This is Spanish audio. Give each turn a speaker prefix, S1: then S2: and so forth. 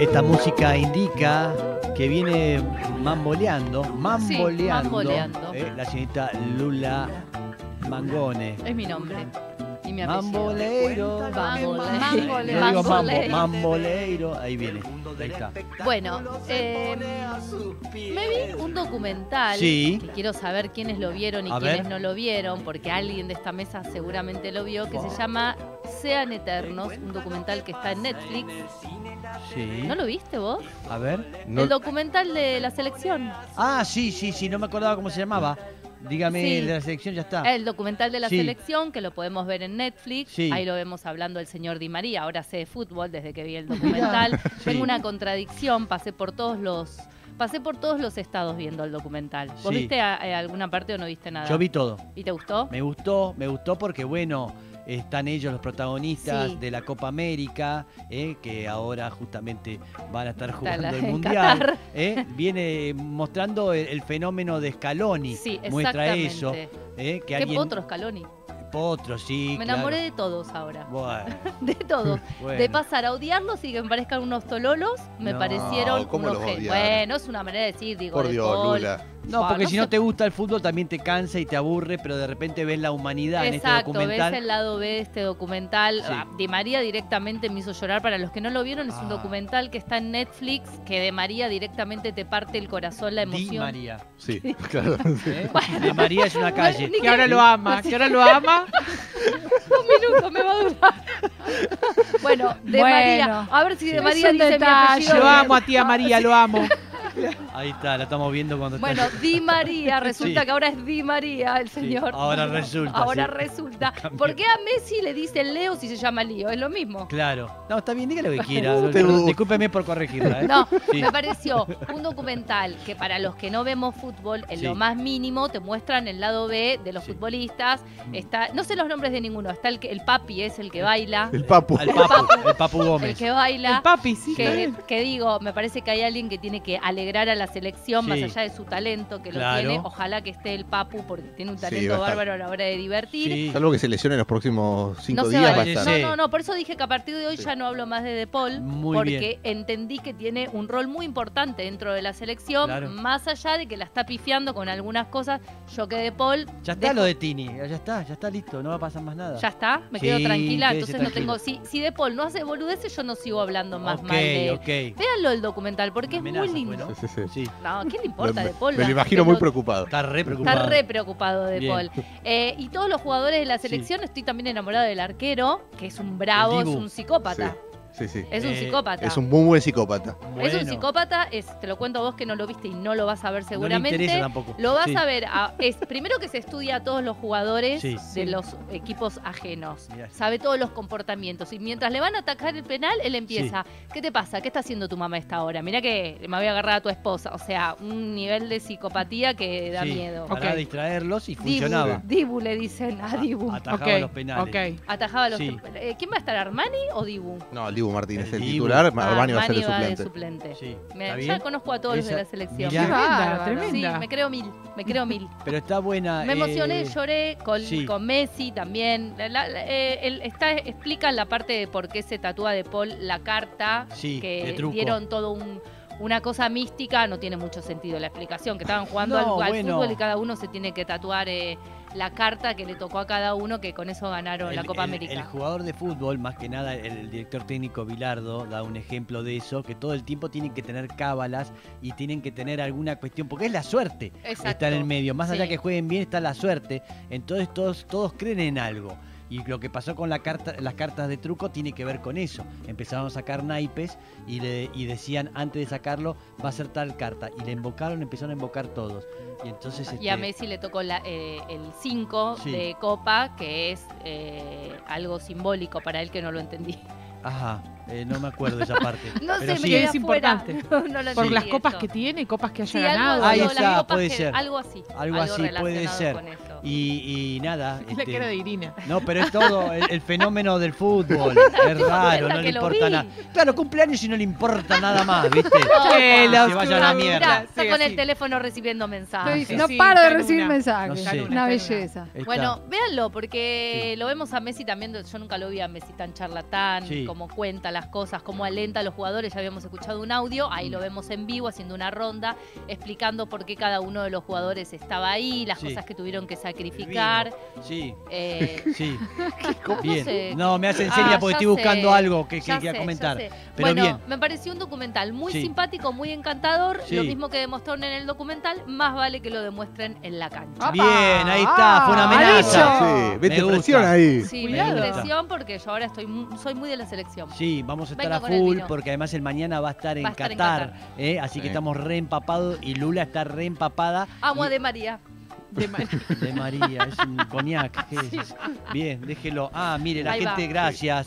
S1: Esta música indica que viene mamboleando, mamboleando,
S2: mamboleando.
S1: eh, la señorita Lula Mangone.
S2: Es mi nombre. Y mi apellido.
S1: Mamboleiro.
S2: Mamboleiro.
S1: Yo digo mambo,
S2: Mamboleiro.
S1: mamboleiro. Ahí viene. Ahí está.
S2: Bueno, eh, me vi un documental
S1: Sí.
S2: que quiero saber quiénes lo vieron y
S1: A
S2: quiénes
S1: ver.
S2: no lo vieron, porque alguien de esta mesa seguramente lo vio, que se llama Sean Eternos, un documental que está en Netflix.
S1: Sí.
S2: ¿No lo viste vos?
S1: A ver.
S3: No-
S2: El documental de la selección.
S1: Ah, sí, sí, sí. No me acordaba cómo se llamaba. Dígame
S2: Sí. Eh,
S1: el de la selección, ya está.
S2: El documental de la
S1: Sí.
S2: selección, que lo podemos ver en Netflix.
S1: Sí.
S2: Ahí lo vemos hablando el señor Di María. Ahora sé de fútbol desde que vi el documental.
S1: Sí.
S2: Tengo una contradicción, pasé por todos los. Pasé por todos los estados viendo el documental. ¿Vos
S1: Sí.
S2: viste a- eh, alguna parte o no viste nada?
S1: Yo vi todo.
S2: ¿Y te gustó?
S1: Me gustó, me gustó porque, bueno, están ellos los protagonistas
S2: Sí.
S1: de la Copa América, eh, que ahora justamente van a estar jugando
S2: la-
S1: el
S2: en
S1: Mundial.
S2: Qatar.
S1: eh. viene mostrando el, el fenómeno de Scaloni.
S2: Sí,
S1: Muestra
S2: exactamente.
S1: eso. eh, que
S2: Qué
S1: alguien-
S2: potro, Scaloni.
S1: Potro, sí.
S2: Me
S1: claro.
S2: enamoré de todos ahora.
S1: Bueno,
S2: De todos.
S1: bueno.
S2: De pasar a odiarlos y que me parezcan unos tololos, me
S1: No,
S2: parecieron
S3: ¿cómo
S2: unos
S3: los
S2: gen-
S3: odiar?
S2: Bueno, es una manera de decir, digo,
S3: Por
S2: de
S3: Dios,
S2: Paul.
S3: Lula.
S1: No,
S2: Bah,
S1: porque
S2: no
S1: si
S2: sé.
S1: no te gusta el fútbol también te cansa y te aburre, pero de repente ves la humanidad
S2: Exacto,
S1: en este documental.
S2: ves el lado B de este documental.
S1: Sí.
S2: Ah, De María directamente me hizo llorar. Para los que no lo vieron, es un
S1: Ah.
S2: documental que está en Netflix, que de María directamente te parte el corazón, la emoción.
S1: Di María.
S3: Sí, claro.
S1: ¿eh? Di María es una calle.
S2: Ni
S4: Que ahora lo ama, que ahora lo ama.
S2: Un minuto me va a durar. bueno, de
S4: Bueno.
S2: María. A ver si de
S4: Es
S2: María
S4: un
S2: dice mi
S4: detalle,
S2: apellido.
S4: lo
S2: bien.
S4: amo a tía María, lo amo.
S1: Ahí está, la estamos viendo cuando
S2: Bueno,
S1: está.
S2: Di María, resulta
S1: Sí.
S2: que ahora es Di María el señor.
S1: ahora resulta,
S2: Ahora
S1: sí.
S2: resulta. ¿Por qué a Messi le dicen Leo si se llama Lío? Es lo mismo.
S1: Claro. No, está bien, diga lo que quiera.
S3: Te gusta.
S1: Discúlpeme por corregirla, ¿eh?
S2: No,
S1: Sí.
S2: me pareció un documental que para los que no vemos fútbol, en
S1: Sí.
S2: lo más mínimo te muestran el lado B de los
S1: Sí. Mm.
S2: futbolistas. Está, no sé los nombres de ninguno, está el, que- el papi, es el que baila,
S3: El papu.
S1: Al Papu, el Papu
S2: el
S1: Gómez.
S2: que baila.
S4: El papi, sí.
S2: Que, que digo, me parece que hay alguien que tiene que alegrar a la selección más
S1: Sí.
S2: allá de su talento que
S1: Claro.
S2: lo tiene. Ojalá que esté el Papu porque tiene un
S3: Sí,
S2: talento
S3: va a estar.
S2: bárbaro a la hora de divertir.
S1: Sí.
S3: Salvo que se lesione en los próximos cinco
S2: No se
S3: días,
S2: va
S3: va
S2: a
S3: a estar.
S1: Sí.
S2: No, no, no, por eso dije que a partir de hoy
S3: Sí.
S2: ya no hablo más de De Paul,
S1: Muy
S2: porque entendí que tiene un rol muy importante dentro de la selección,
S1: Claro.
S2: más allá de que la está pifiando con algunas cosas. Yo que De Paul,
S1: Ya está lo de Tini. Ya está, ya está listo. No va a pasar más nada.
S2: ya está, me
S1: Sí,
S2: quedo tranquila,
S1: quédese
S2: entonces no
S1: tranquila.
S2: tengo... Si, si De Paul no hace boludeces, yo no sigo hablando más
S1: ok,
S2: mal eh. de él.
S1: ok.
S2: Véanlo el documental, porque es
S1: Amenaza,
S2: muy lindo.
S1: bueno.
S3: Sí, sí, sí.
S1: Sí.
S2: No, ¿qué le importa
S3: me,
S2: De Paul?
S3: me lo
S2: La-
S3: imagino
S2: tengo-
S3: muy preocupado.
S1: Está re preocupado.
S2: Está re preocupado De
S1: Bien.
S2: Paul. Eh, y todos los jugadores de la
S1: Sí.
S2: selección, estoy también enamorada del arquero, que es un bravo,
S1: El
S2: es
S1: Dibu.
S2: un psicópata.
S3: Sí, sí.
S2: Es un
S1: Eh,
S2: psicópata.
S3: Es un muy buen psicópata.
S2: Es un
S1: Bueno,
S2: psicópata, es, te lo cuento a vos que no lo viste y no lo vas a ver seguramente.
S1: No le interesa tampoco.
S2: Lo vas
S1: Sí.
S2: a ver, a- es primero que se estudia a todos los jugadores
S1: Sí.
S2: de
S4: Sí.
S2: los equipos ajenos.
S1: Mirá.
S2: Sabe todos los comportamientos. Y mientras le van a atacar el penal, él empieza. ¿Qué te pasa? ¿Qué está haciendo tu mamá a esta hora? Mira que me voy a agarrar a tu esposa. O sea, un nivel de psicopatía que da
S1: Sí,
S2: miedo.
S1: Para
S4: Ok.
S1: distraerlos y
S2: Dibu,
S1: funcionaba.
S2: Dibu le dicen a Dibu.
S1: Atajaba
S4: Ok,
S1: los penales.
S4: ok.
S2: Atajaba los.
S1: Sí.
S2: eh, ¿Quién va a estar, Armani o Dibu?
S3: No, el Dibu Martínez
S1: El
S3: es el
S1: Dibu.
S3: titular.
S2: Ah,
S3: Armani va a ser el
S2: de
S3: suplente.
S2: suplente.
S1: Sí,
S2: Me-
S1: está
S2: ya
S1: bien.
S2: conozco a todos los de
S1: Esa-
S2: la selección.
S1: mirá. Qué
S4: bárbara,
S2: Qué bárbaro.
S4: tremenda.
S2: Sí, me creo mil, me creo mil.
S1: Pero está buena.
S2: Me
S1: eh,
S2: emocioné, lloré con,
S1: sí.
S2: con Messi también. La- la- la- eh, él está, explica la parte de por qué se tatúa de Paul la carta,
S1: Sí, de
S2: que
S1: truco.
S2: dieron todo un- una cosa mística, no tiene mucho sentido la explicación, que estaban jugando
S1: No,
S2: al, al
S1: bueno.
S2: fútbol y cada uno se tiene que tatuar eh, la carta que le tocó a cada uno, que con eso ganaron la
S1: El-
S2: Copa
S1: el-
S2: América.
S1: El jugador de fútbol, más que nada el director técnico Bilardo, da un ejemplo de eso, que todo el tiempo tienen que tener cábalas y tienen que tener alguna cuestión, porque es la suerte
S2: Exacto.
S1: está en el medio. Más allá
S2: Sí.
S1: que jueguen bien, está la suerte. Entonces todos, todos creen en algo. Y lo que pasó con la carta, las cartas de truco tiene que ver con eso. Empezaron a sacar naipes y, le, y decían antes de sacarlo va a ser tal carta. Y le invocaron, empezaron a invocar todos. Y entonces...
S2: Y a
S1: este,
S2: Messi le tocó la- eh, el 5
S1: Sí.
S2: de Copa, que es eh, algo simbólico para él que no lo entendí.
S1: Ajá, eh, no me acuerdo esa parte.
S2: No sé,
S1: Pero
S2: me
S1: sí,
S2: quedé
S4: Es
S2: afuera.
S4: importante.
S2: No, no lo
S4: Por
S2: entendí
S4: las copas
S2: eso.
S4: que tiene, copas que haya
S2: Sí, algo,
S4: ganado.
S1: Ahí
S2: algo, las
S1: está,
S2: copas
S1: puede
S2: que-
S1: ser.
S2: Algo así.
S1: Algo así, puede
S2: relacionado
S1: ser.
S2: con eso. Dios.
S1: Y, y nada.
S4: Es la
S1: este,
S4: cara de Irina.
S1: No, pero es todo el, el fenómeno del fútbol. Es raro,
S2: cuenta
S1: no le
S2: que lo
S1: importa
S2: vi.
S1: nada. Claro, cumpleaños y no le importa nada más, ¿viste?
S2: No,
S4: Que
S1: la
S4: los
S1: se vaya a la
S2: Ah,
S4: clubes-
S1: mierda.
S2: mirá,
S4: Sí,
S2: está con
S4: así.
S2: el teléfono recibiendo mensajes.
S4: sí,
S5: no
S4: sí,
S5: paro de
S4: está en
S5: recibir
S4: una.
S5: mensajes.
S1: No sé.
S5: Una,
S1: Está en
S4: una.
S5: belleza.
S1: Está.
S2: Bueno, véanlo, porque
S1: Sí.
S2: lo vemos a Messi también. Yo nunca lo vi a Messi tan charlatán,
S1: Sí.
S2: cómo cuenta las cosas, cómo alenta a los jugadores. Ya habíamos escuchado un audio,
S1: Mm.
S2: ahí lo vemos en vivo haciendo una ronda, explicando por qué cada uno de los jugadores estaba ahí, las
S1: Sí.
S2: cosas que tuvieron que sacrificar.
S1: Sí,
S2: eh,
S1: sí.
S2: ¿Cómo
S1: Bien.
S2: se-
S1: No, me hace seña
S2: Ah,
S1: porque
S2: ya
S1: estoy buscando
S2: sé,
S1: algo que, que
S2: ya
S1: quiera
S2: sé, ya
S1: comentar.
S2: sé.
S1: Pero
S2: bueno,
S1: bien.
S2: me pareció un documental muy
S1: Sí.
S2: simpático, muy encantador.
S1: Sí.
S2: Lo mismo que demostraron en el documental, más vale que lo demuestren en la cancha.
S1: Ah,
S5: ¡Apa!
S1: Bien, ahí está, fue una
S5: Ah,
S1: amenaza.
S5: dicho.
S3: Sí, vete
S1: Me gusta.
S3: presión ahí.
S2: Sí, me
S1: Cuidado.
S2: da impresión porque yo ahora estoy, mu- soy muy de la selección.
S1: Sí, vamos a estar
S2: Venga
S1: a
S2: con el
S1: full
S2: vino.
S1: porque además el mañana va a estar en
S2: Va a estar en
S1: Qatar, ¿eh? así que
S3: Sí.
S1: estamos reempapados y Lula está reempapada
S2: Amo a
S1: Y-
S2: De María.
S4: De ma-
S1: de María, es un coñac. ¿qué es? Bien, déjelo. Ah, mire, la
S2: Ahí va.
S1: gente, gracias.